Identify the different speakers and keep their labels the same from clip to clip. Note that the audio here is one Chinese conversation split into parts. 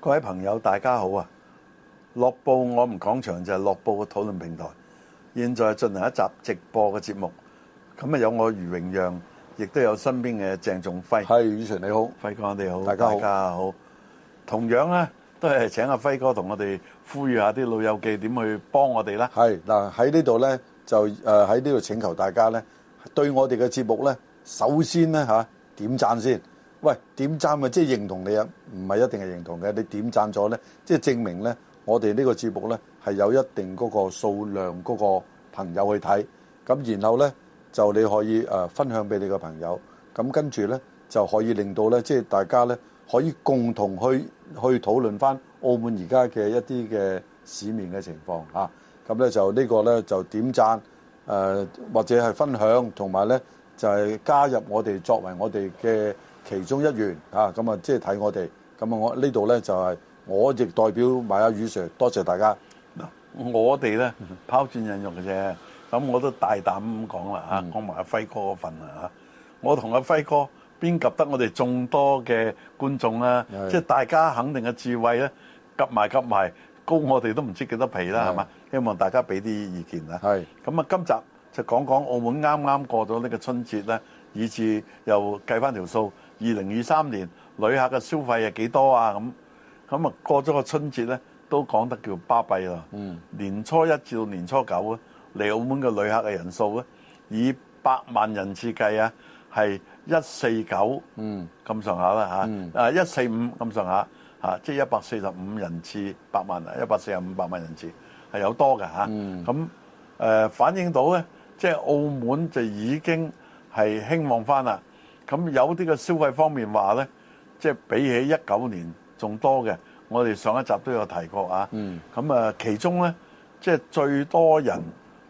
Speaker 1: 各位朋友，大家好啊！樂報我唔講場就係樂報嘅討論平台，現在進行一集直播嘅節目。咁啊，有我余榮讓，亦都有身邊嘅鄭仲輝。
Speaker 2: 係，宇晨你好。
Speaker 1: 輝哥你好，
Speaker 2: 大家好
Speaker 1: 好同樣咧，都係請阿輝哥同我哋呼籲下啲老友記點去幫我哋啦。
Speaker 2: 係嗱，喺呢度呢，就誒喺呢度請求大家呢，對我哋嘅節目呢，首先呢，嚇、點讚先。喂，點讚啊，即係認同你啊，唔係一定係認同嘅。你點讚咗呢，即係證明呢，我哋呢個節目呢，係有一定嗰個數量嗰個朋友去睇。咁然後呢，就你可以誒分享俾你嘅朋友。咁跟住呢，就可以令到呢，即係大家呢，可以共同去去討論翻澳門而家嘅一啲嘅市面嘅情況嚇。咁咧就呢個咧就點讚誒、呃或者係分享，同埋咧就係、加入我哋作為我哋嘅其中一員啊！咁啊，即係睇我哋咁啊，我呢度咧就係、我亦代表馬阿宇 Sir，多謝大家。
Speaker 1: 嗱，我哋咧拋磚引玉嘅啫，咁我都大膽咁講啦
Speaker 2: 嗯
Speaker 1: 嚇，講埋阿輝哥嗰份啊嚇，我同阿輝哥邊及得我哋眾多嘅觀眾啦，
Speaker 2: 係
Speaker 1: 即係大家肯定嘅智慧咧，及埋及埋高我哋都唔知幾多皮啦，
Speaker 2: 係
Speaker 1: 係嘛？希望大家俾啲意見啦。
Speaker 2: 係
Speaker 1: 咁啊，今集就講講澳門啱啱過咗呢個春節咧，以至又計翻條數，二零二三年旅客嘅消費係幾多啊？咁咁啊，過咗個春節咧，都講得叫巴閉啦。
Speaker 2: 嗯，
Speaker 1: 年初一至到年初九啊，嚟澳門嘅旅客嘅人數咧，以百萬人次計啊，係一四九
Speaker 2: 嗯
Speaker 1: 咁上下啦
Speaker 2: 嗯
Speaker 1: 嚇，啊一四五咁上下嚇，即係一百四十五人次百萬啊，一百四十五百萬人次係有多嘅嚇。
Speaker 2: 嗯
Speaker 1: 咁誒、呃反映到咧，即係澳門就已經係興旺翻啦。咁有啲嘅消費方面話咧，即係比起一九年仲多嘅。我哋上一集都有提過啊。
Speaker 2: 嗯
Speaker 1: 咁啊，其中咧，即係最多人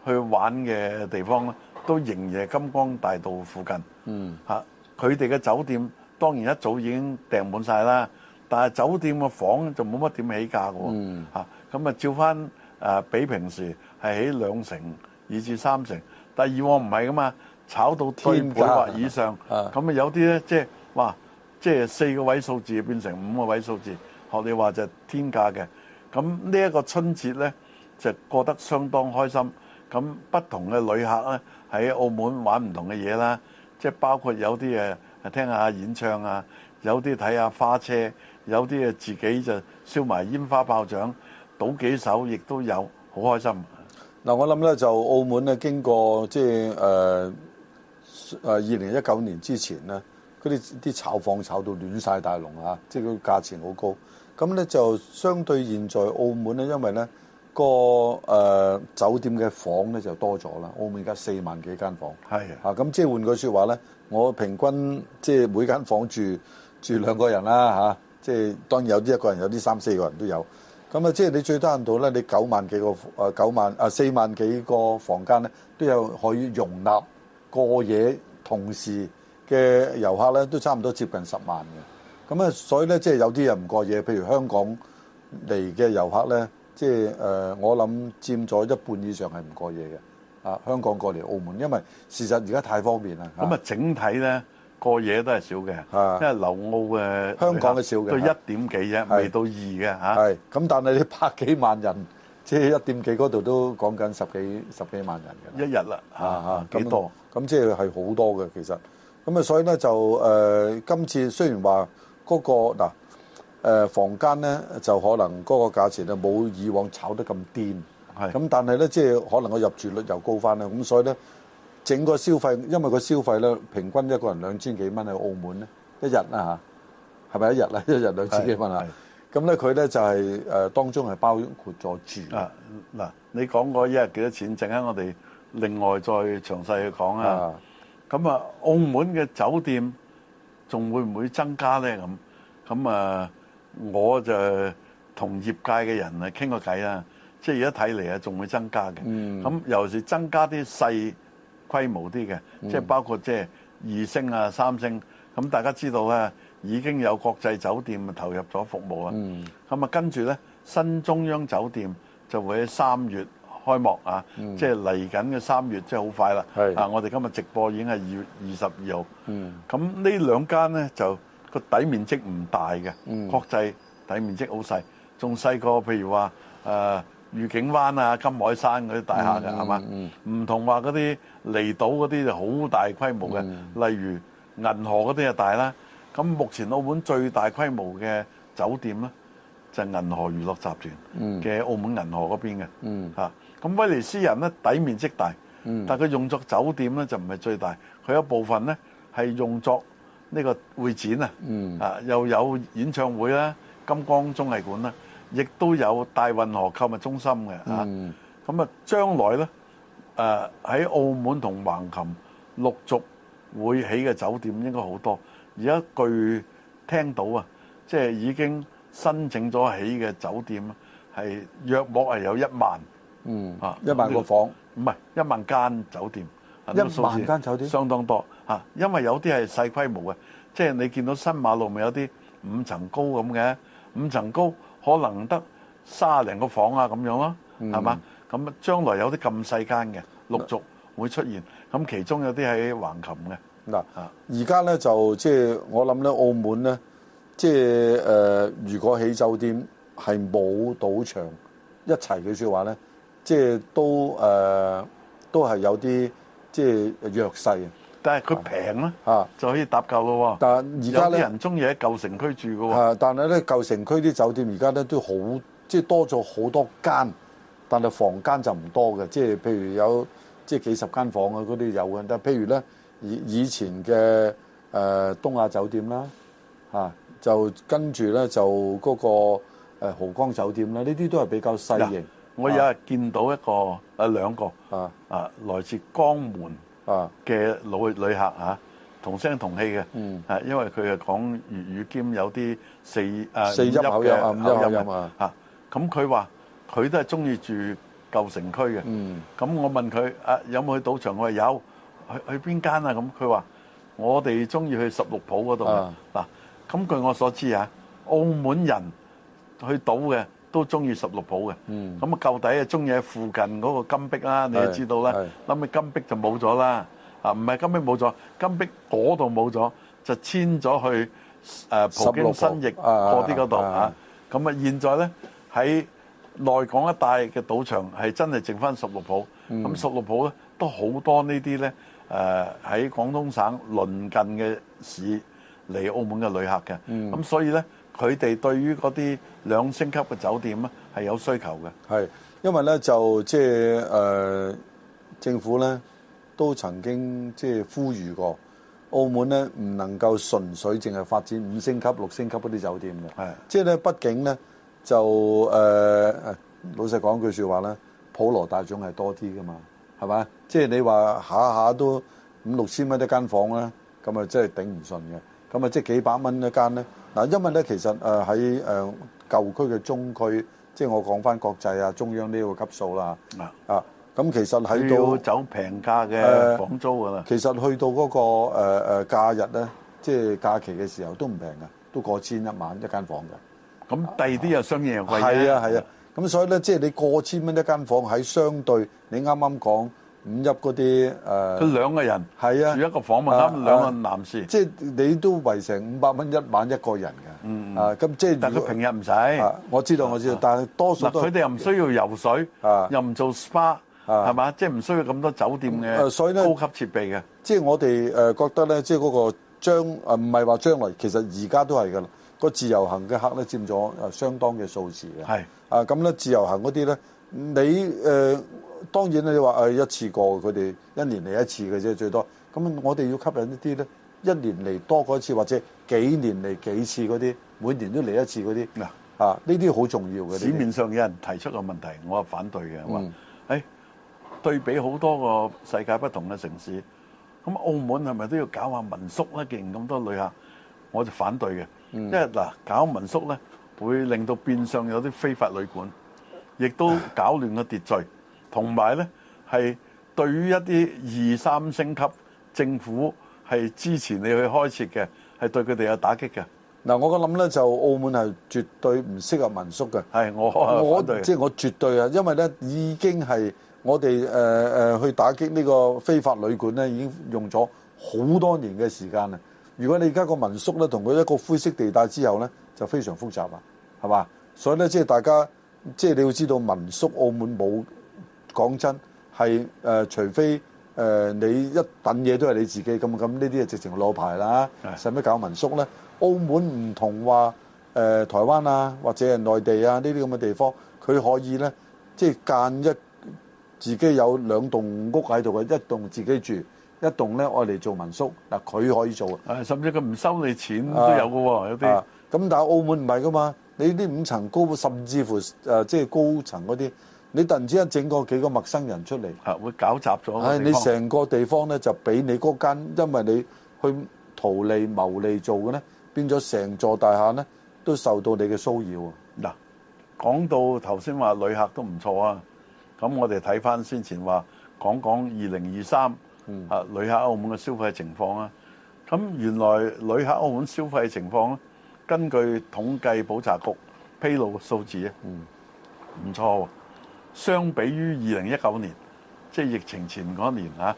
Speaker 1: 去玩嘅地方咧，都仍然係金光大道附近。
Speaker 2: 嗯
Speaker 1: 嚇，佢哋嘅酒店當然一早已經訂滿晒啦，但係酒店嘅房就冇乜點起價嘅喎。
Speaker 2: 嗯
Speaker 1: 嚇咁啊照翻誒比平時係起兩成以至三成，但係以往唔係噶嘛，炒到對倍
Speaker 2: 天價
Speaker 1: 或以上，
Speaker 2: 啊
Speaker 1: 咁啊有啲咧即係哇，即係四個位數字變成五個位數字，學你話就天價嘅。咁呢一個春節咧就過得相當開心。咁不同嘅旅客咧喺澳門玩唔同嘅嘢啦，即係包括有啲誒誒聽下演唱啊，有啲睇下花車，有啲誒自己就燒埋煙花炮仗，賭幾手亦都有，好開心。
Speaker 2: 嗱，我諗咧就澳門咧經過即係誒誒二零一九年之前咧，佢哋啲炒房炒到亂晒大龍啊，即係個價錢好高。咁咧就相對現在澳門咧，因為咧個誒、呃酒店嘅房咧就多咗啦。澳門而家四萬幾間房。
Speaker 1: 係啊
Speaker 2: 啊，咁即係換句説話咧，我平均即係每間房住住兩個人啦嚇、即係當然有啲一個人，有啲三四個人都有。咁啊，即係你最低限度咧，你九萬幾個誒九萬啊四萬幾個房間咧，都有可以容納過夜同時嘅遊客咧，都差唔多接近十萬嘅。咁啊，所以咧，即係有啲人唔過夜，譬如香港嚟嘅遊客咧，即係誒、呃我諗佔咗一半以上係唔過夜嘅。啊，香港過嚟澳門，因為事實而家太方便啦。
Speaker 1: 咁啊，整體咧過夜都係少嘅，
Speaker 2: 啊
Speaker 1: 因為留澳嘅
Speaker 2: 香港嘅少嘅
Speaker 1: 都一點幾啫，
Speaker 2: 係
Speaker 1: 未到二嘅
Speaker 2: 啊，
Speaker 1: 嚇。
Speaker 2: 係咁，但係你百幾萬人，即係一點幾嗰度都講緊十幾十幾萬人嘅啦。
Speaker 1: 一日啦
Speaker 2: 啊啊
Speaker 1: 嚇，，幾多？
Speaker 2: 咁？咁即係係好多嘅其實。咁啊，所以咧就誒、呃今次雖然話嗰、個嗱誒、呃房間咧就可能嗰個價錢咧冇以往炒得咁癲，
Speaker 1: 係
Speaker 2: 咁但係咧即係可能個入住率又高翻啦，咁所以咧整個消費，因為個消費咧平均一個人兩千幾蚊喺澳門咧一日啦嚇，係咪一日 啦？一日兩千幾蚊啊？咁咧佢咧就係、呃當中係包括咗住
Speaker 1: 啊嗱，你講嗰一日幾多錢？陣間我哋另外再詳細去講啊。
Speaker 2: 啊，
Speaker 1: 咁啊，澳門嘅酒店仲會唔會增加咧？咁咁啊，我就同業界嘅人啊傾過偈啦，即係而家睇嚟啊，仲會增加嘅。
Speaker 2: 嗯
Speaker 1: 咁尤其是增加啲細規模啲嘅，
Speaker 2: 嗯
Speaker 1: 即係包括即係二星啊、三星。咁大家知道啊，已經有國際酒店投入咗服務啊。
Speaker 2: 嗯
Speaker 1: 咁啊，跟住呢，新中央酒店就會喺三月開幕啊，即係嚟緊嘅三月，即係好快啦。
Speaker 2: 嗯係
Speaker 1: 啊，我哋今日直播已經係二月二十二號。
Speaker 2: 嗯
Speaker 1: 咁呢兩間呢，就個底面積唔大嘅，
Speaker 2: 嗯
Speaker 1: 國際睇面積好細，仲細過譬如話誒御景灣啊、金海山嗰啲大廈嘅係嘛？唔同話嗰啲離島嗰啲就好大規模嘅，例如銀河嗰啲就啊大啦。咁目前澳門最大規模嘅酒店咧，就係銀河娛樂集團嘅澳門銀河嗰邊嘅。
Speaker 2: 嗯
Speaker 1: 嚇咁威尼斯人咧底面積大，但係佢用作酒店咧就唔係最大，佢有部分咧係用作呢個會展啊，
Speaker 2: 嗯
Speaker 1: 啊又有演唱會啦、金光綜藝館啦，亦都有大運河購物中心嘅啊。
Speaker 2: 嗯
Speaker 1: 咁啊，將來咧誒喺澳門同橫琴陸續會起嘅酒店應該好多。而家據聽到啊，即係已經申請咗起嘅酒店啊係約莫係有一萬。
Speaker 2: 嗯
Speaker 1: 啊，
Speaker 2: 一萬個房，
Speaker 1: 唔係一萬間酒店，啊
Speaker 2: 一
Speaker 1: 呢個數字
Speaker 2: 萬間酒店
Speaker 1: 相當多嚇、啊因為有啲係細規模嘅，即係你見到新馬路咪有啲五層高咁嘅，五層高可能得三零個房啊咁樣咯，
Speaker 2: 嗯
Speaker 1: 係嘛、咁啊將來有啲咁細間嘅，陸續會出現。咁其中有啲喺橫琴嘅，
Speaker 2: 嗱
Speaker 1: 啊，
Speaker 2: 而家咧就即係我諗咧，澳門咧即係誒，如果起酒店係冇賭場一齊嘅説話咧，即係都誒都係有啲即係弱勢
Speaker 1: 但係佢平咧
Speaker 2: 啊！
Speaker 1: 就可以搭夠咯喎。
Speaker 2: 但而
Speaker 1: 有
Speaker 2: 家
Speaker 1: 啲
Speaker 2: 咧
Speaker 1: 人中意喺舊城區住嘅喎，
Speaker 2: 啊，但係咧舊城區啲酒店而家咧都好即係多咗好多間，但係房間就唔多嘅，即係譬如有即係幾十間房啊嗰啲有嘅，但係譬如咧以以前嘅誒、呃、東亞酒店啦嚇、啊就跟住咧就嗰、個、呃、豪光酒店啦，呢啲都係比較細型
Speaker 1: 我有日見到一個誒兩個
Speaker 2: 啊
Speaker 1: 啊，來自江門。
Speaker 2: 啊
Speaker 1: 嘅老旅客嚇，同聲同氣嘅，
Speaker 2: 嗯
Speaker 1: 啊，因為佢係講粵語兼有啲四誒
Speaker 2: 四邑口音啊五邑口音啊
Speaker 1: 嚇，咁佢話佢都係中意住舊城區嘅，
Speaker 2: 嗯
Speaker 1: 咁我問佢啊有冇去賭場？我話有，去去邊間啊？咁佢話我哋中意去十六浦嗰度嘅
Speaker 2: 啊
Speaker 1: 嗱，咁據我所知啊，澳門人去賭嘅都中意十六浦嘅。
Speaker 2: 嗯
Speaker 1: 咁啊，舊底啊，中意喺附近嗰個金碧啦，你都知道啦
Speaker 2: 係。
Speaker 1: 諗起金碧就冇咗啦，啊，唔係金碧冇咗，金碧嗰度冇咗，就遷咗去誒葡京新翼
Speaker 2: 16啊
Speaker 1: 嗰啲嗰度
Speaker 2: 啊
Speaker 1: 啊。咁啊，現在咧喺內港一帶嘅賭場係真係剩翻十六鋪，咁十六鋪咧都好多呢啲咧誒喺廣東省鄰近嘅市嚟澳門嘅旅客嘅，咁、所以咧佢哋對於嗰啲兩星級嘅酒店咧係有需求嘅。
Speaker 2: 係，因為咧就即係誒政府咧都曾經即係呼籲過，澳門咧唔能夠純粹淨係發展五星級、六星級嗰啲酒店嘅。
Speaker 1: 係
Speaker 2: 即係咧，畢竟咧就誒、呃、老實講句説話咧，普羅大眾係多啲噶嘛，係咪？即係你話下下都五六千蚊一間房咧，咁啊真係頂唔順嘅。咁啊即係幾百蚊一間咧。嗱，因為咧其實誒喺誒舊區嘅中區，即係我講翻國際啊、中央呢個級數啦。
Speaker 1: 啊，
Speaker 2: 啊，咁其實喺
Speaker 1: 佢要
Speaker 2: 到
Speaker 1: 走平價嘅
Speaker 2: 誒
Speaker 1: 房租㗎啦。
Speaker 2: 其實去到嗰、個誒、呃、假日咧，即係假期嘅時候都唔平嘅，都過千一晚一間房嘅。
Speaker 1: 咁第二啲又相應又貴啫
Speaker 2: 係啊係啊，咁所以咧，即係你過千蚊一間房喺相對你啱啱講五邑嗰啲誒，
Speaker 1: 佢兩個人
Speaker 2: 係啊
Speaker 1: 住一個房咪
Speaker 2: 啊
Speaker 1: 啱，兩個
Speaker 2: 啊
Speaker 1: 男士，
Speaker 2: 即係你都圍成五百蚊一晚一個人
Speaker 1: 嗯嗯
Speaker 2: 嘅，啊咁即係
Speaker 1: 但
Speaker 2: 如
Speaker 1: 佢
Speaker 2: 果
Speaker 1: 平日唔使。
Speaker 2: 啊，我知道我知道，但係多數
Speaker 1: 嗱，
Speaker 2: 都
Speaker 1: 佢哋又唔需要游水
Speaker 2: 啊，
Speaker 1: 又唔做 SPA，
Speaker 2: 啊
Speaker 1: 係嘛？即係唔需要咁多酒店
Speaker 2: 誒所以
Speaker 1: 嘅
Speaker 2: 咧
Speaker 1: 高級設備嘅。
Speaker 2: 即係我哋誒覺得咧，即係嗰個將誒唔係話將來，其實而家都係㗎啦。個自由行嘅客咧佔咗誒相當嘅數字嘅。
Speaker 1: 係
Speaker 2: 啊，咁咧自由行嗰啲咧，你誒、呃、當然咧，你話呃誒一次過佢哋一年嚟一次嘅啫，最多。咁我哋要吸引一啲咧，一年嚟多過一次，或者幾年嚟幾次嗰啲，每年都嚟一次嗰啲。
Speaker 1: 嗱
Speaker 2: 啊，呢啲好重要嘅。呢啲
Speaker 1: 市面上有人提出個問題，我係反對嘅，話誒對比好多個世界不同嘅城市，咁澳門係咪都要搞下民宿咧？既然咁多旅客，我就反對嘅，因為嗱搞民宿咧會令到變相有啲非法旅館，亦 都搞亂個秩序，同埋咧係對於一啲二三星級政府係支持你去開設嘅，係對佢哋有打擊嘅。
Speaker 2: 嗱，我嘅諗咧就澳門係絕對唔適合民宿嘅。
Speaker 1: 係我
Speaker 2: 我
Speaker 1: 反對嘅
Speaker 2: 即係我絕對啊，因為咧已經係我哋誒誒去打擊呢個非法旅館咧，已經用咗好多年嘅時間啦。如果你而家個民宿咧同佢一個灰色地帶之後咧，就非常複雜啦。係嘛？所以咧，即係大家即係你要知道民宿澳門冇講真係誒、呃除非誒、呃你一等嘢都係你自己咁咁，呢啲係直情攞牌啦，
Speaker 1: 係
Speaker 2: 使乜搞民宿咧？澳門唔同話誒、呃台灣啊，或者係內地啊呢啲咁嘅地方，佢可以咧即係間一自己有兩棟屋喺度嘅，一棟自己住，一棟咧愛嚟做民宿，嗱佢可以做啊。
Speaker 1: 啊，甚至佢唔收你錢都
Speaker 2: 啊
Speaker 1: 有嘅喎，有啲
Speaker 2: 啊，咁但係澳門唔係噶嘛，你呢五層高，甚至乎誒、呃即係高層嗰啲，你突然之間整個幾個陌生人出嚟，
Speaker 1: 啊會搞雜咗
Speaker 2: 唉、
Speaker 1: 個地
Speaker 2: 你
Speaker 1: 方。
Speaker 2: 成個地方咧就俾你嗰間，因為你去逃利牟利做嘅咧，變咗成座大廈咧都受到你嘅騷擾啊！
Speaker 1: 嗱，講到頭先話旅客都唔錯啊，咁我哋睇翻先前話講講二零二三啊旅客澳門嘅消費情況啊，咁原來旅客澳門消費情況咧，根據統計普查局披露嘅數字啊，唔錯喎，相比於二零一九年，即係疫情前嗰一年啊，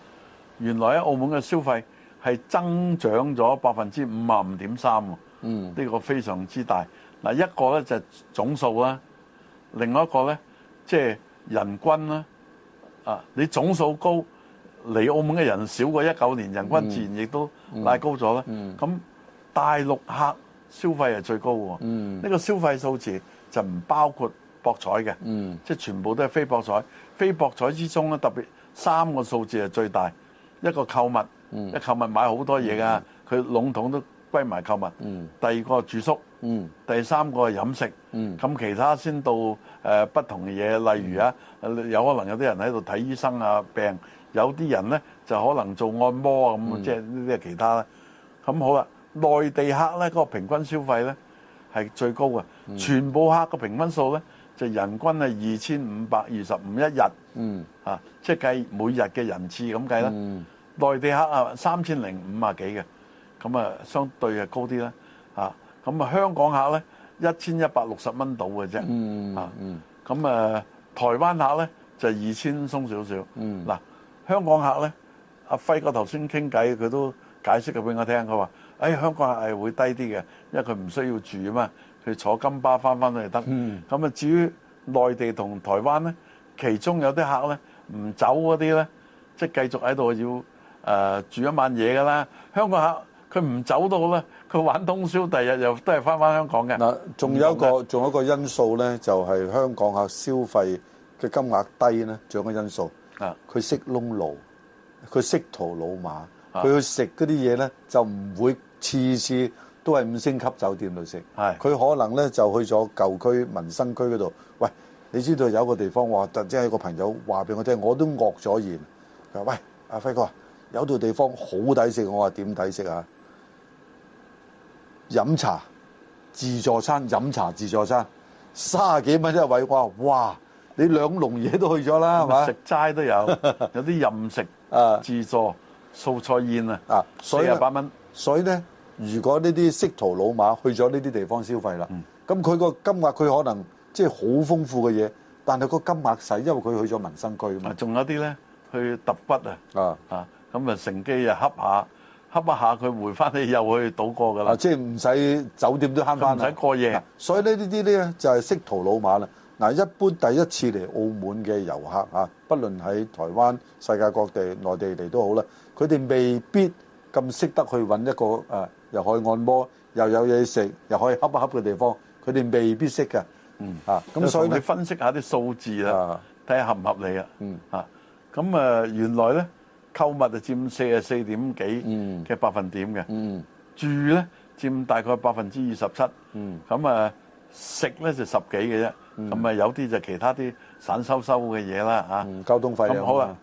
Speaker 1: 原來喺澳門嘅消費係增長咗百分之五啊五點三喎。
Speaker 2: 嗯，
Speaker 1: 呢個非常之大。嗱，一個咧就係總數啦，另外一個咧即係人均啦。啊，你總數高，嚟澳門嘅人少過一九年，人均自然亦都拉高咗啦。咁、大陸客消費係最高喎。呢、個消費數字就唔包括博彩嘅，
Speaker 2: 嗯
Speaker 1: 即係全部都係非博彩。非博彩之中咧，特別三個數字係最大，一個購物，
Speaker 2: 嗯
Speaker 1: 一購物買好多嘢㗎，佢籠統都歸埋購物。
Speaker 2: 嗯
Speaker 1: 第二個住宿，
Speaker 2: 嗯
Speaker 1: 第三個係飲食，
Speaker 2: 嗯
Speaker 1: 咁其他先到誒、呃不同嘅嘢，例如啊，有可能有啲人喺度睇醫生啊病，有啲人呢就可能做按摩啊咁，即係呢啲係其他啦。咁好啦，內地客呢嗰、個平均消費呢係最高嘅，全部客個平均數呢就人均係二千五百二十五一日
Speaker 2: 嗯
Speaker 1: 啊，即係計每日嘅人次咁計啦。
Speaker 2: 嗯
Speaker 1: 內地客啊三千零五啊幾嘅，咁啊相對啊高啲啦，啊咁啊香港客咧一千一百六十蚊到嘅啫，
Speaker 2: 嗯
Speaker 1: 啊
Speaker 2: 嗯
Speaker 1: 咁啊台灣客咧就二千鬆少少，
Speaker 2: 嗯
Speaker 1: 嗱香港客咧阿輝哥頭先傾偈佢都解釋咗俾我聽，佢話誒香港客係會低啲嘅，因為佢唔需要住啊嘛，佢坐金巴翻翻去就得，
Speaker 2: 嗯
Speaker 1: 咁啊至於內地同台灣咧，其中有啲客咧唔走嗰啲咧。即係繼續喺度要誒、呃住一晚嘢㗎啦。香港客佢唔走到啦，佢玩通宵，第日又都係翻返香港嘅。
Speaker 2: 嗱，仲有一個仲有一個因素咧，就係、香港客消費嘅金額低咧，仲有一個因素。
Speaker 1: 啊，
Speaker 2: 佢識窿路，佢識途老馬，
Speaker 1: 啊
Speaker 2: 佢去食嗰啲嘢咧就唔會次次都係五星級酒店度食，
Speaker 1: 係
Speaker 2: 佢可能咧就去咗舊區民生區嗰度。喂，你知道有個地方，我突然之間有個朋友話俾我聽，我都愕咗然。佢話：喂，阿輝哥，有度地方好抵食，我話點抵食啊？飲茶自助餐，飲茶自助餐，三十幾蚊一位，我話：哇，你兩籠嘢都去咗啦，係
Speaker 1: 咁啊
Speaker 2: 嘛？
Speaker 1: 食齋都有， 有啲任食
Speaker 2: 啊
Speaker 1: 自助素菜宴啊，
Speaker 2: 啊，所
Speaker 1: 四
Speaker 2: 以
Speaker 1: 廿
Speaker 2: 呢
Speaker 1: 八蚊。
Speaker 2: 所以咧，如果呢啲識途老馬去咗呢啲地方消費啦，
Speaker 1: 嗯
Speaker 2: 咁佢個金額佢可能即係好豐富嘅嘢，但係個金額細，因為佢去咗民生區
Speaker 1: 啊
Speaker 2: 嘛，。
Speaker 1: 仲有啲咧去揼骨啊，
Speaker 2: 啊
Speaker 1: 啊咁啊乘機啊恰下，恰一下佢回翻去又去賭過㗎
Speaker 2: 啊，
Speaker 1: 啦。
Speaker 2: 即係唔使酒店都慳翻
Speaker 1: 唔
Speaker 2: 啦，
Speaker 1: 使過夜
Speaker 2: 嗱所以呢呢啲咧就係識途老馬啦。嗱，一般第一次嚟澳門嘅遊客啊，不論喺台灣、世界各地、內地嚟都好啦，佢哋未必咁識得去揾一個誒、啊又可以按摩，又有嘢食，又可以恰一恰嘅地方，佢哋未必識嘅。嗯，啊，咁所以
Speaker 1: 你
Speaker 2: 咧，
Speaker 1: 分析下啲數字啦
Speaker 2: 啊，
Speaker 1: 睇下合唔合理啊。
Speaker 2: 嗯
Speaker 1: 啊，咁啊原來咧購物就佔四十四點幾
Speaker 2: 嗯
Speaker 1: 嘅百分點嘅。
Speaker 2: 嗯
Speaker 1: 住咧佔大概百分之二十七，
Speaker 2: 嗯
Speaker 1: 咁啊食咧就十幾嘅啫，咁啊有啲就其他啲散收收嘅嘢啦嚇。
Speaker 2: 嗯，交通費
Speaker 1: 咁
Speaker 2: 啊
Speaker 1: 好啦，，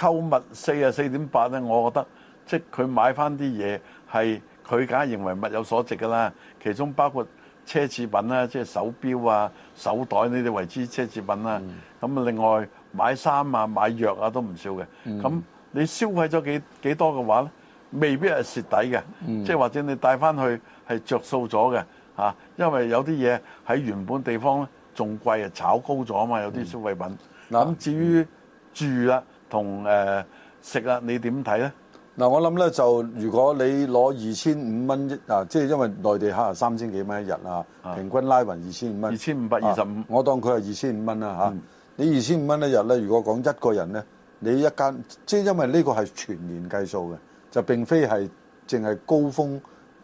Speaker 1: 購物四啊四點八咧，我覺得即係佢買翻啲嘢係佢梗係認為物有所值㗎啦，其中包括奢侈品啦，即係手錶啊、手袋呢啲為之奢侈品啦。咁啊，另外買衫啊、買藥啊都唔少嘅。咁你消費咗幾幾多嘅話咧，未必係蝕底嘅，即係或者你帶翻去係着數咗嘅嚇，因為有啲嘢喺原本地方咧仲貴啊，炒高咗啊嘛，有啲消費品。
Speaker 2: 嗱
Speaker 1: 咁至於住啦同誒食啦，你點睇咧？
Speaker 2: 嗱，我諗咧就如果你攞二千五蚊一啊，即係因為內地客係三千幾蚊一日啊，平均拉勻二千五嗯蚊，
Speaker 1: 2525
Speaker 2: 啊我當佢係二千五蚊啦嚇。你二千五蚊一日咧，如果講一個人咧，你一間即係因為呢個係全年計數嘅，就並非係淨係高峰誒、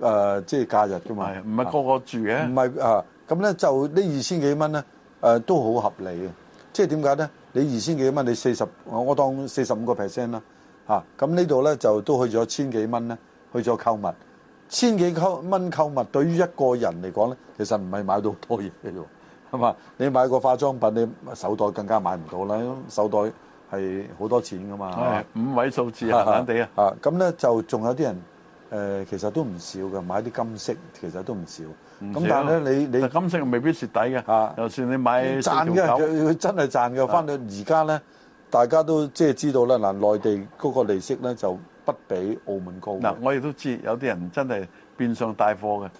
Speaker 2: 呃即係假日噶嘛。
Speaker 1: 係唔係個個住
Speaker 2: 唔
Speaker 1: 嘅？
Speaker 2: 係啊，咁咧就呢二千幾蚊咧，誒、都好合理嘅。即係點解咧？你二千幾蚊，你四十，我我當四十五個 percent 啦，嚇、咁呢度咧就都去咗千幾蚊咧，去咗購物。千幾購蚊購物對於一個人嚟講咧，其實唔係買到好多嘢嘅喎， 係嘛？你買個化妝品，你手袋更加買唔到啦，因為手袋係好多錢噶嘛。係嘛
Speaker 1: 係五位數字閒閒地啊！
Speaker 2: 啊！咁咧就仲有啲人誒、呃其實都唔少嘅，買啲金飾其實都唔少。咁但係咧，你你
Speaker 1: 但金色未必蝕底嘅，
Speaker 2: 啊
Speaker 1: 就算你買四
Speaker 2: 賺嘅，
Speaker 1: 條狗啊
Speaker 2: 佢佢真係賺嘅。翻到而家咧，大家都即係知道啦。嗱，內地嗰個利息咧就不比澳門高嘅。
Speaker 1: 嗱，我亦都知有啲人真係變相帶貨嘅，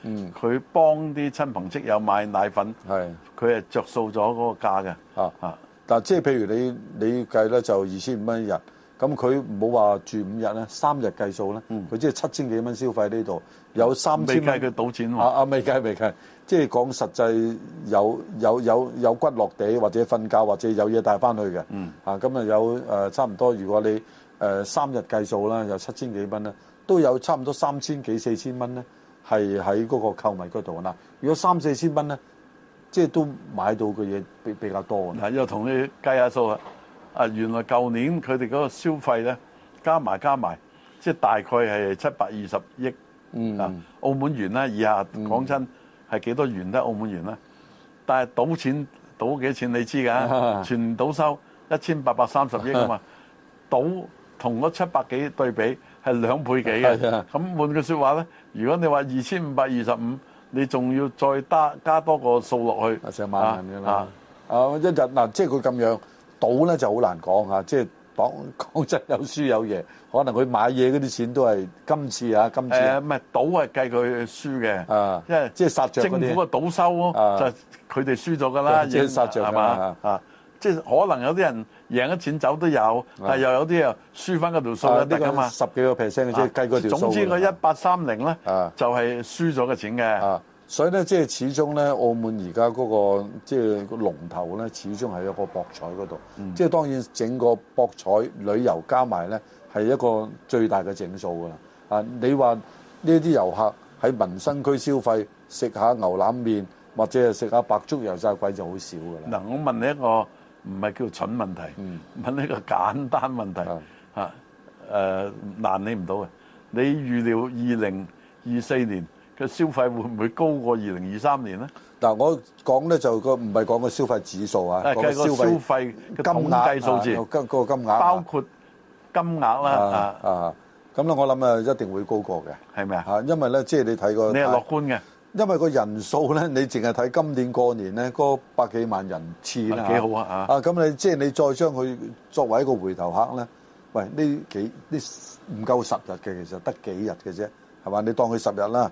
Speaker 1: 佢幫啲親朋戚友買奶粉，
Speaker 2: 係
Speaker 1: 佢係着數咗嗰個價嘅。
Speaker 2: 啊，
Speaker 1: 啊，
Speaker 2: 嗱，即係譬如你你計咧就二千五蚊一日，咁佢冇話住五日咧，三日計數咧，佢即係七千幾蚊消費呢度，有三
Speaker 1: 未
Speaker 2: 千
Speaker 1: 嗯計
Speaker 2: 蚊
Speaker 1: 佢賭錢
Speaker 2: 啊
Speaker 1: 喎，
Speaker 2: 啊，未計未計，即係講實際有有有有骨落地，或者瞓覺，或者有嘢帶翻去嘅。嗯。啊，咁啊有誒、呃差唔多，如果你誒、呃三日計數啦，有七千幾蚊啦，都有差唔多三千幾四千蚊咧，係喺嗰個購物嗰度嗱。如果三四千蚊咧，即係都買到嘅嘢比比較多嘅。
Speaker 1: 嗱又同你計下數啊！啊，原來舊年佢哋嗰個消費咧，加埋加埋，即係大概係七百二十億。
Speaker 2: 嗯
Speaker 1: 啊，澳門元啦，以下講真係幾多元咧？澳門元啦，但係賭錢賭幾錢你知㗎，全年賭收一千八百三十億啊嘛，賭同嗰七百幾對比係兩倍幾
Speaker 2: 係啊
Speaker 1: 嘅。咁換句説話咧，如果你話二千五百二十五，你仲要再加加多個數落去
Speaker 2: 啊，，成萬人㗎啦
Speaker 1: 啊。
Speaker 2: 啊，一日嗱，即係佢咁樣賭咧就好難講啊嚇，即係講 講真有輸有贏，可能佢買嘢嗰啲錢都係今次啊，今次啊
Speaker 1: 誒唔係呃賭係計佢輸嘅，
Speaker 2: 啊，
Speaker 1: 因為
Speaker 2: 即係殺着
Speaker 1: 政
Speaker 2: 嗰啲
Speaker 1: 府嘅賭收咯，
Speaker 2: 啊
Speaker 1: 就係佢哋輸咗㗎啦，
Speaker 2: 即係殺着㗎
Speaker 1: 係嘛
Speaker 2: 啊
Speaker 1: 啊？即係可能有啲人贏咗錢走都有，但係又有啲又輸翻嗰條數
Speaker 2: 啊，
Speaker 1: 就
Speaker 2: 呢
Speaker 1: 得㗎
Speaker 2: 個
Speaker 1: 嘛。啊
Speaker 2: 十幾個 percent 嘅啫，計嗰條數㗎。
Speaker 1: 總之個一八三零咧
Speaker 2: 啊，
Speaker 1: 就係輸咗嘅錢嘅。
Speaker 2: 啊，所以咧即係始終咧，澳門而家嗰個即係個龍頭咧，始終係一個博彩嗰度。即係當然整個博彩旅遊加埋咧，係一個最大嘅整數㗎啦。啊，你話呢啲遊客喺民生區消費食下牛腩面，或者係食下白粥油炸鬼就好少㗎啦。
Speaker 1: 嗱，我問你一個唔係叫蠢問題，問你一個簡單問題
Speaker 2: 嗯啊
Speaker 1: 嚇，誒難你唔到嘅。你預料二零二四年嘅消費會唔會高過二零二三年咧？
Speaker 2: 嗱，我講咧就個唔係講個消費指數啊，
Speaker 1: 誒
Speaker 2: 講個
Speaker 1: 計個
Speaker 2: 消
Speaker 1: 消
Speaker 2: 費
Speaker 1: 費嘅
Speaker 2: 金
Speaker 1: 統
Speaker 2: 額
Speaker 1: 計數
Speaker 2: 啊
Speaker 1: 字，
Speaker 2: 個個金額啊
Speaker 1: 包括金額啦，
Speaker 2: 啊
Speaker 1: 啊，
Speaker 2: 啊，咁咧我諗啊一定會高過嘅。
Speaker 1: 係咪啊？
Speaker 2: 嚇，因為咧，即係啊你睇個，
Speaker 1: 你係樂觀嘅，
Speaker 2: 因為個人數咧，你淨係睇今年過年咧，嗰百幾萬人次啦，
Speaker 1: 啊幾好啊
Speaker 2: 啊，咁你即係你再將佢作為一個回頭客咧，喂，呢幾呢唔夠十日嘅，其實得幾日嘅啫，係嘛？你當佢十日啦，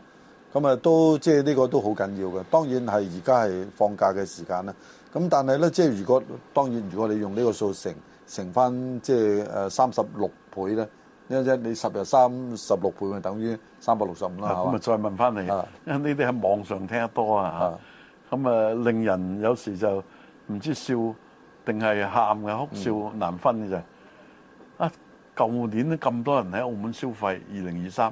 Speaker 2: 咁啊都即係呢個都好緊要嘅。當然係而家係放假嘅時間啦。咁但係咧，即係如果當然，如果你用呢個數乘乘翻即係誒三十六倍咧，因為你十日三十六倍咪等於三百六十五
Speaker 1: 啊
Speaker 2: 啦，係
Speaker 1: 咁
Speaker 2: 嘛
Speaker 1: 啊再問翻你
Speaker 2: 啊，
Speaker 1: 因為呢啲喺網上聽得多啊
Speaker 2: 啊
Speaker 1: 嚇，咁啊令人有時就唔知笑定係喊嘅，哭笑難分嘅就係啊！舊年都咁多人喺澳門消費，二零二三，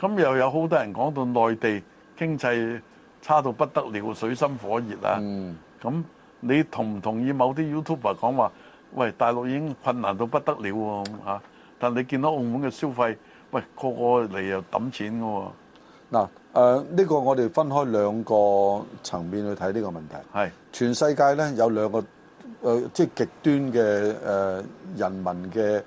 Speaker 1: 咁又有好多人講到內地經濟差到不得了，水深火熱啊！
Speaker 2: 嗯
Speaker 1: 咁你同唔同意某啲 YouTuber 講話？喂，大陸已經困難到不得了喎咁嚇，但你見到澳門嘅消費，喂個個嚟又揼錢嘅喎，
Speaker 2: 嗱，誒呢個我哋分開兩個層面去睇呢個問題。
Speaker 1: 係
Speaker 2: 全世界咧有兩個誒、呃即係極端嘅誒、呃人民嘅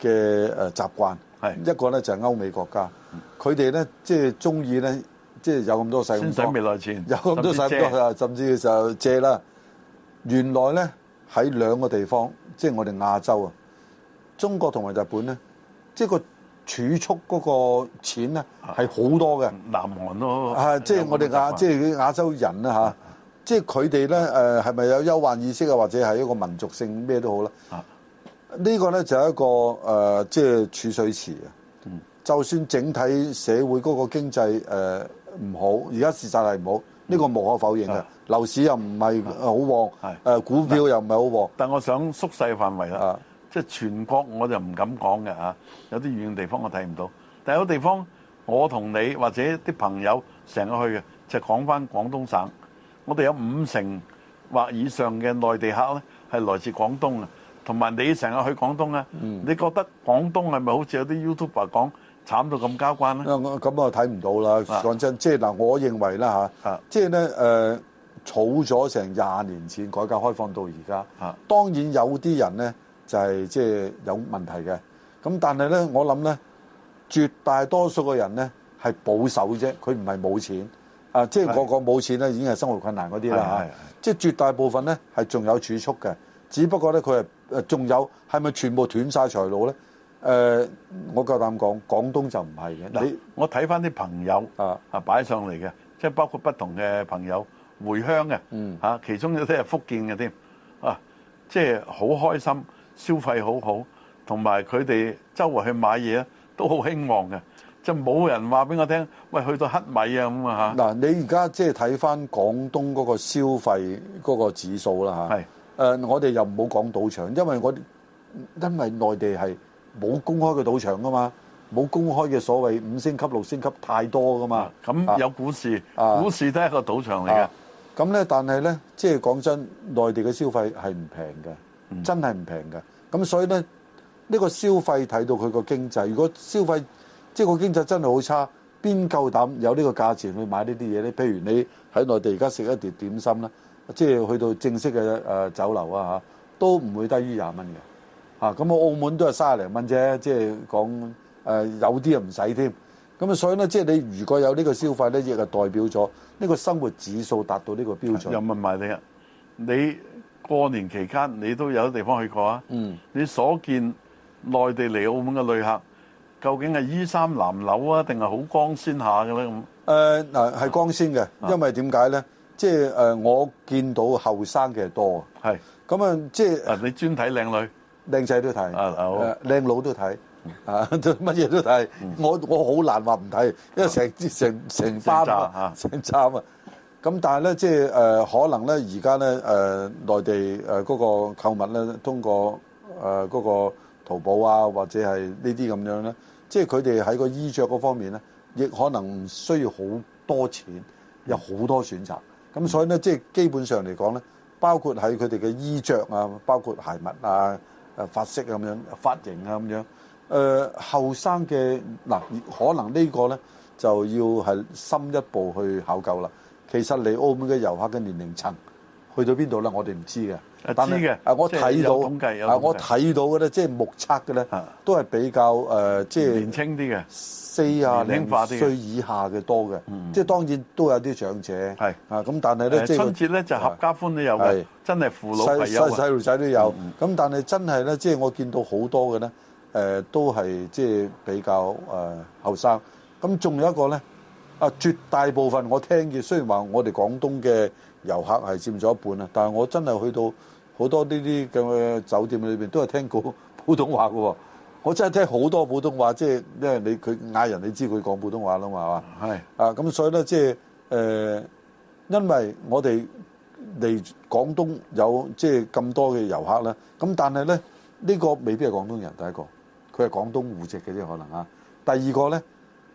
Speaker 2: 嘅誒呃習慣，
Speaker 1: 係
Speaker 2: 一個咧就係歐美國家，佢哋咧即係中意咧，即係有咁多細
Speaker 1: 先
Speaker 2: 咁
Speaker 1: 使
Speaker 2: 多
Speaker 1: 未來錢，
Speaker 2: 有咁多使
Speaker 1: 甚至
Speaker 2: 咁多啊，甚至就借啦。原來咧喺兩個地方，即係我哋亞洲啊，中國同埋日本咧，即係個儲蓄嗰個錢咧
Speaker 1: 啊
Speaker 2: 係好多嘅。
Speaker 1: 借南韓都
Speaker 2: 啊，即係我哋亞，即係亞洲人啦嚇，即係佢哋咧
Speaker 1: 啊
Speaker 2: 誒係咪有憂患意識啊，或者係一個民族性咩都好啦。
Speaker 1: 啊
Speaker 2: 呢個咧就係一個誒，即係儲水池啊。
Speaker 1: 嗯
Speaker 2: 就算整體社會嗰個經濟誒唔好，而家事實係唔好，呢個無可否認嘅
Speaker 1: 啊。
Speaker 2: 樓市又唔係好旺
Speaker 1: 係，
Speaker 2: 誒股票又唔係好旺。
Speaker 1: 但我想縮細範圍啦
Speaker 2: 啊，
Speaker 1: 即係全國我就唔敢講嘅嚇，有啲遠嘅地方我睇唔到，但有啲地方我同你或者啲朋友成日去嘅，就講翻廣東省，我哋有五成或以上嘅內地客咧係來自廣東啊，同埋你成日去廣東啊，你覺得廣東係咪好似有啲 YouTuber 講慘到咁交關咧？
Speaker 2: 啊我咁我睇唔到啦，
Speaker 1: 啊
Speaker 2: 講真，即係嗱，我認為啦
Speaker 1: 啊
Speaker 2: 嚇，即係咧誒，儲咗成廿年前改革開放到而家
Speaker 1: 啊，
Speaker 2: 當然有啲人咧就係即係有問題嘅，咁但係咧我諗咧，絕大多數嘅人咧係保守啫，佢唔係冇錢啊，即係
Speaker 1: 係
Speaker 2: 個個冇錢咧已經係生活困難嗰啲
Speaker 1: 係係
Speaker 2: 啦
Speaker 1: 係
Speaker 2: 嚇，即係絕大部分咧係仲有儲蓄嘅，只不過咧佢係誒仲有係咪全部斷晒財路咧？誒、我夠膽講，廣東就唔係嘅，
Speaker 1: 嗱
Speaker 2: 你。，
Speaker 1: 我睇翻啲朋友
Speaker 2: 啊
Speaker 1: 啊擺上嚟嘅，即係包括不同嘅朋友回鄉嘅，
Speaker 2: 嗯
Speaker 1: 啊其中有啲係福建嘅添，啊，即係好開心，消費好好，同埋佢哋周圍去買嘢咧都好興旺嘅，即係冇人話俾我聽，喂去到黑米啊咁啊
Speaker 2: 嗱，你而家即係睇翻廣東嗰個消費嗰個指數
Speaker 1: 嚇，
Speaker 2: 啦嚇。
Speaker 1: 係
Speaker 2: 誒，我哋又唔好講賭場，因為我哋因為內地係冇公開嘅賭場噶嘛，冇公開嘅所謂五星級、六星級太多噶嘛
Speaker 1: 啊。咁有股市，
Speaker 2: 啊
Speaker 1: 股市都係一個賭場嚟嘅
Speaker 2: 啊，咁咧，但係咧，即係講真，內地嘅消費係唔平嘅，真係唔平嘅。咁所以咧，呢個消費睇到佢個經濟，如果消費即係個經濟真係好差，邊夠膽有呢個價錢去買呢啲嘢咧？譬如你喺內地而家食一碟點心啦，即係去到正式嘅誒酒樓啊嚇，都唔會低於廿蚊嘅。啊，咁我澳門都係三廿零蚊啫，即係講誒有啲啊唔使添。咁啊，所以咧，即係你如果有呢個消費咧，亦係代表咗呢個生活指數達到呢個標
Speaker 1: 又
Speaker 2: 準。
Speaker 1: 問埋你啊，你過年期間你都有地方去過啊？
Speaker 2: 嗯，
Speaker 1: 你所見內地嚟澳門嘅旅客，究竟係衣衫襤褸啊，定係好光鮮下嘅咧？咁
Speaker 2: 誒呃嗱係光鮮
Speaker 1: 啊
Speaker 2: 嘅，因為點解咧？即係誒、呃我見到後生嘅多，
Speaker 1: 係
Speaker 2: 咁啊，即係呃
Speaker 1: 啊，你專睇靚女
Speaker 2: 靚仔都睇，
Speaker 1: 啊好
Speaker 2: 誒靚佬都睇，啊 都乜嘢都睇。
Speaker 1: 嗯
Speaker 2: 我我好難話唔睇，因為成成成班啊，成站啊。咁但係咧，即係誒、呃可能咧，而家咧誒內地誒嗰、個購物咧，通過呃誒嗰、個淘寶啊，或者係呢啲咁樣咧，即係佢哋喺個衣着嗰方面咧，亦可能唔需要好多錢，有好多選擇。咁所以咧，即係基本上嚟講咧，包括喺佢哋嘅衣着啊，包括鞋襪啊、誒髮色咁樣、髮型啊咁樣。誒後生嘅嗱，可能呢個呢就要係深一步去考究啦。其實嚟澳門嘅遊客嘅年齡層去到邊度呢？我哋唔知
Speaker 1: 啊
Speaker 2: 嘅。但係
Speaker 1: 知嘅
Speaker 2: 啊我
Speaker 1: 即係
Speaker 2: 睇
Speaker 1: 有統計有
Speaker 2: 到啊，我
Speaker 1: 統計
Speaker 2: 睇到嘅呢，即係目測嘅呢
Speaker 1: 啊，
Speaker 2: 都係比較誒，即係
Speaker 1: 年青啲嘅，
Speaker 2: 四啊
Speaker 1: 年
Speaker 2: 零
Speaker 1: 輕化啲嘅嗯
Speaker 2: 歲以下嘅多嘅。即係當然都有啲長者
Speaker 1: 係
Speaker 2: 啊，咁但係呢，
Speaker 1: 誒
Speaker 2: 即係啊
Speaker 1: 春節咧就合家歡都有嘅
Speaker 2: 係，
Speaker 1: 真係父老
Speaker 2: 細
Speaker 1: 朋友
Speaker 2: 細
Speaker 1: 啊
Speaker 2: 細路仔都有，咁但係真係咧，即係我見到好多嘅咧，誒、都係即係比較誒後生。咁仲有一個咧，啊絕大部分我聽嘅，雖然話我哋廣東嘅遊客係佔咗一半啊，但係我真係去到好多呢啲咁嘅酒店裏邊都係聽過 普通話嘅喎。我真係聽好多普通話，即係因為你佢嗌人，你知佢講普通話啦嘛，係嘛？
Speaker 1: 係
Speaker 2: 啊，咁所以咧，即係誒，因為我哋嚟廣東有即係咁多嘅遊客啦，咁但係咧呢個未必係廣東人第一個，佢係廣東戶籍嘅啫，可能啊。第二個咧，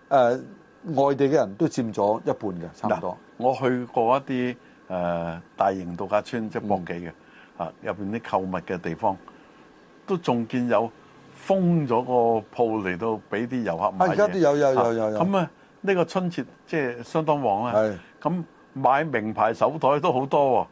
Speaker 2: 誒、外地嘅人都佔咗一半嘅，差唔
Speaker 1: 嗱
Speaker 2: 多。，
Speaker 1: 我去過一啲誒大型度假村，即係博記嘅
Speaker 2: 嗯
Speaker 1: 啊，入邊啲購物嘅地方，都仲見有封咗個鋪嚟到俾啲遊客買
Speaker 2: 啊而家都
Speaker 1: 嘢
Speaker 2: 有有
Speaker 1: 啊
Speaker 2: 有有有
Speaker 1: 咁啊，呢個春節即係相當旺啦
Speaker 2: 係。
Speaker 1: 咁買名牌手袋都好多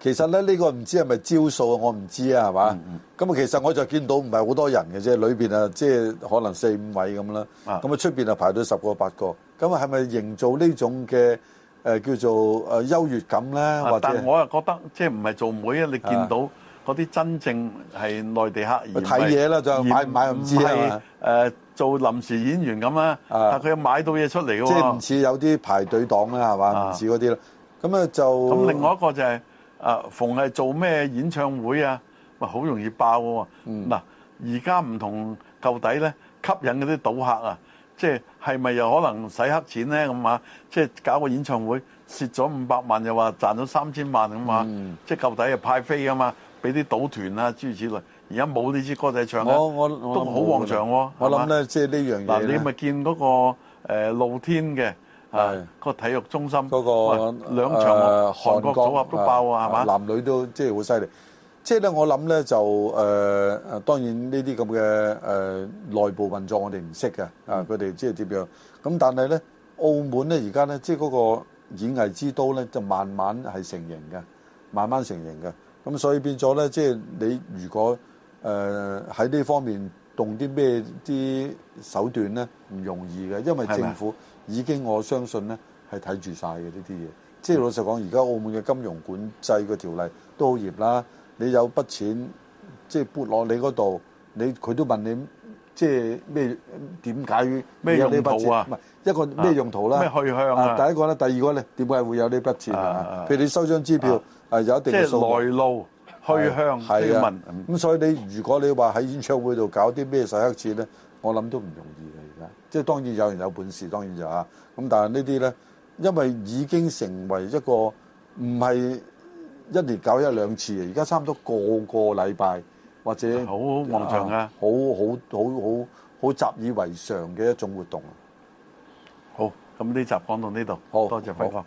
Speaker 2: 其實咧，呢、個唔知係咪招數啊？我唔知啊，係嘛？咁
Speaker 1: 嗯
Speaker 2: 啊、其實我就見到唔係好多人嘅啫，裏邊啊，即係可能四五位咁啦。
Speaker 1: 啊
Speaker 2: 咁啊，出邊啊排到十個八個。咁啊，係咪營造呢種嘅誒、呃叫做誒、呃、優越感咧？
Speaker 1: 喎
Speaker 2: 或。
Speaker 1: 啊但
Speaker 2: 者
Speaker 1: 我又覺得即係唔係做妹啊？你見到嗰啲真正係內地客而唔係
Speaker 2: 睇嘢啦就
Speaker 1: 而
Speaker 2: 買唔買唔知啊
Speaker 1: 唔係
Speaker 2: 嘛
Speaker 1: 誒做臨時演員咁啊，
Speaker 2: 啊
Speaker 1: 但佢又買到嘢出嚟嘅
Speaker 2: 即係唔
Speaker 1: 喎。
Speaker 2: 似有啲排隊黨啦，係
Speaker 1: 啊
Speaker 2: 嘛？唔似嗰啲啦。咁啊就
Speaker 1: 咁另外一個就係、啊，逢係做咩演
Speaker 2: 嗯
Speaker 1: 唱會啊，咪好容易爆嘅喎。嗱、而家唔同舊底咧，吸引嗰啲賭客啊，即係係咪又可能洗黑錢咧咁啊？即係搞個演唱會蝕咗五百萬，又話賺咗三千萬咁啊？
Speaker 2: 嗯
Speaker 1: 即係舊底又派飛啊嘛，俾啲賭團啊諸如此類。而家冇呢支歌仔唱呢啊
Speaker 2: 我我我
Speaker 1: 都好旺場喎。
Speaker 2: 我
Speaker 1: 係嘛
Speaker 2: 諗咧，即係呢樣
Speaker 1: 嗱，
Speaker 2: 嘢
Speaker 1: 你
Speaker 2: 呢
Speaker 1: 咪見嗰個誒露天嘅啊
Speaker 2: 係
Speaker 1: 個體育中心
Speaker 2: 嗰個呃
Speaker 1: 喂兩場
Speaker 2: 誒
Speaker 1: 韓國組合都爆啊，係嘛？
Speaker 2: 男女都即係好犀利。即係咧，我諗咧就誒誒、呃，當然呢啲咁嘅誒內部運作我哋唔識嘅，
Speaker 1: 嗯
Speaker 2: 啊佢哋即係點樣。咁但係咧，澳門咧而家咧，即係嗰個演藝之都咧，就慢慢係成型嘅，慢慢成型嘅。咁所以變咗咧，即係你如果誒喺呢方面動啲咩啲手段咧，唔容易嘅，因為
Speaker 1: 係咪
Speaker 2: 政府已經我相信咧係睇住晒嘅呢啲嘢。即係老實講，而家澳門嘅金融管制個條例都好嚴啦。你有筆錢即係撥落你嗰度，你佢都問你即係咩點解
Speaker 1: 咩
Speaker 2: 你有呢
Speaker 1: 用
Speaker 2: 筆
Speaker 1: 途啊
Speaker 2: 錢？唔係一個咩用途啦？
Speaker 1: 咩去向啊
Speaker 2: 第一個咧，第二個咧，點解會有呢筆錢
Speaker 1: 啊
Speaker 2: 啊
Speaker 1: 啊？
Speaker 2: 譬如你收張支票
Speaker 1: 啊，
Speaker 2: 啊有一
Speaker 1: 即
Speaker 2: 定嘅數目
Speaker 1: 係來路去向都
Speaker 2: 係
Speaker 1: 要
Speaker 2: 啊
Speaker 1: 問。嗯，
Speaker 2: 咁所以你如果你話喺演唱會度搞啲咩洗黑錢咧，我諗都唔容易嘅而家。即係當然有人有本事，當然就嚇。咁但係呢啲咧，因為已經成為一個唔係一年搞一兩次而家差唔多個個禮拜或者
Speaker 1: 好旺場㗎
Speaker 2: 啊好好好好好習以為常嘅一種活動。
Speaker 1: 好，咁呢集講到呢度，
Speaker 2: 好
Speaker 1: 多謝輝
Speaker 2: 好
Speaker 1: 哥。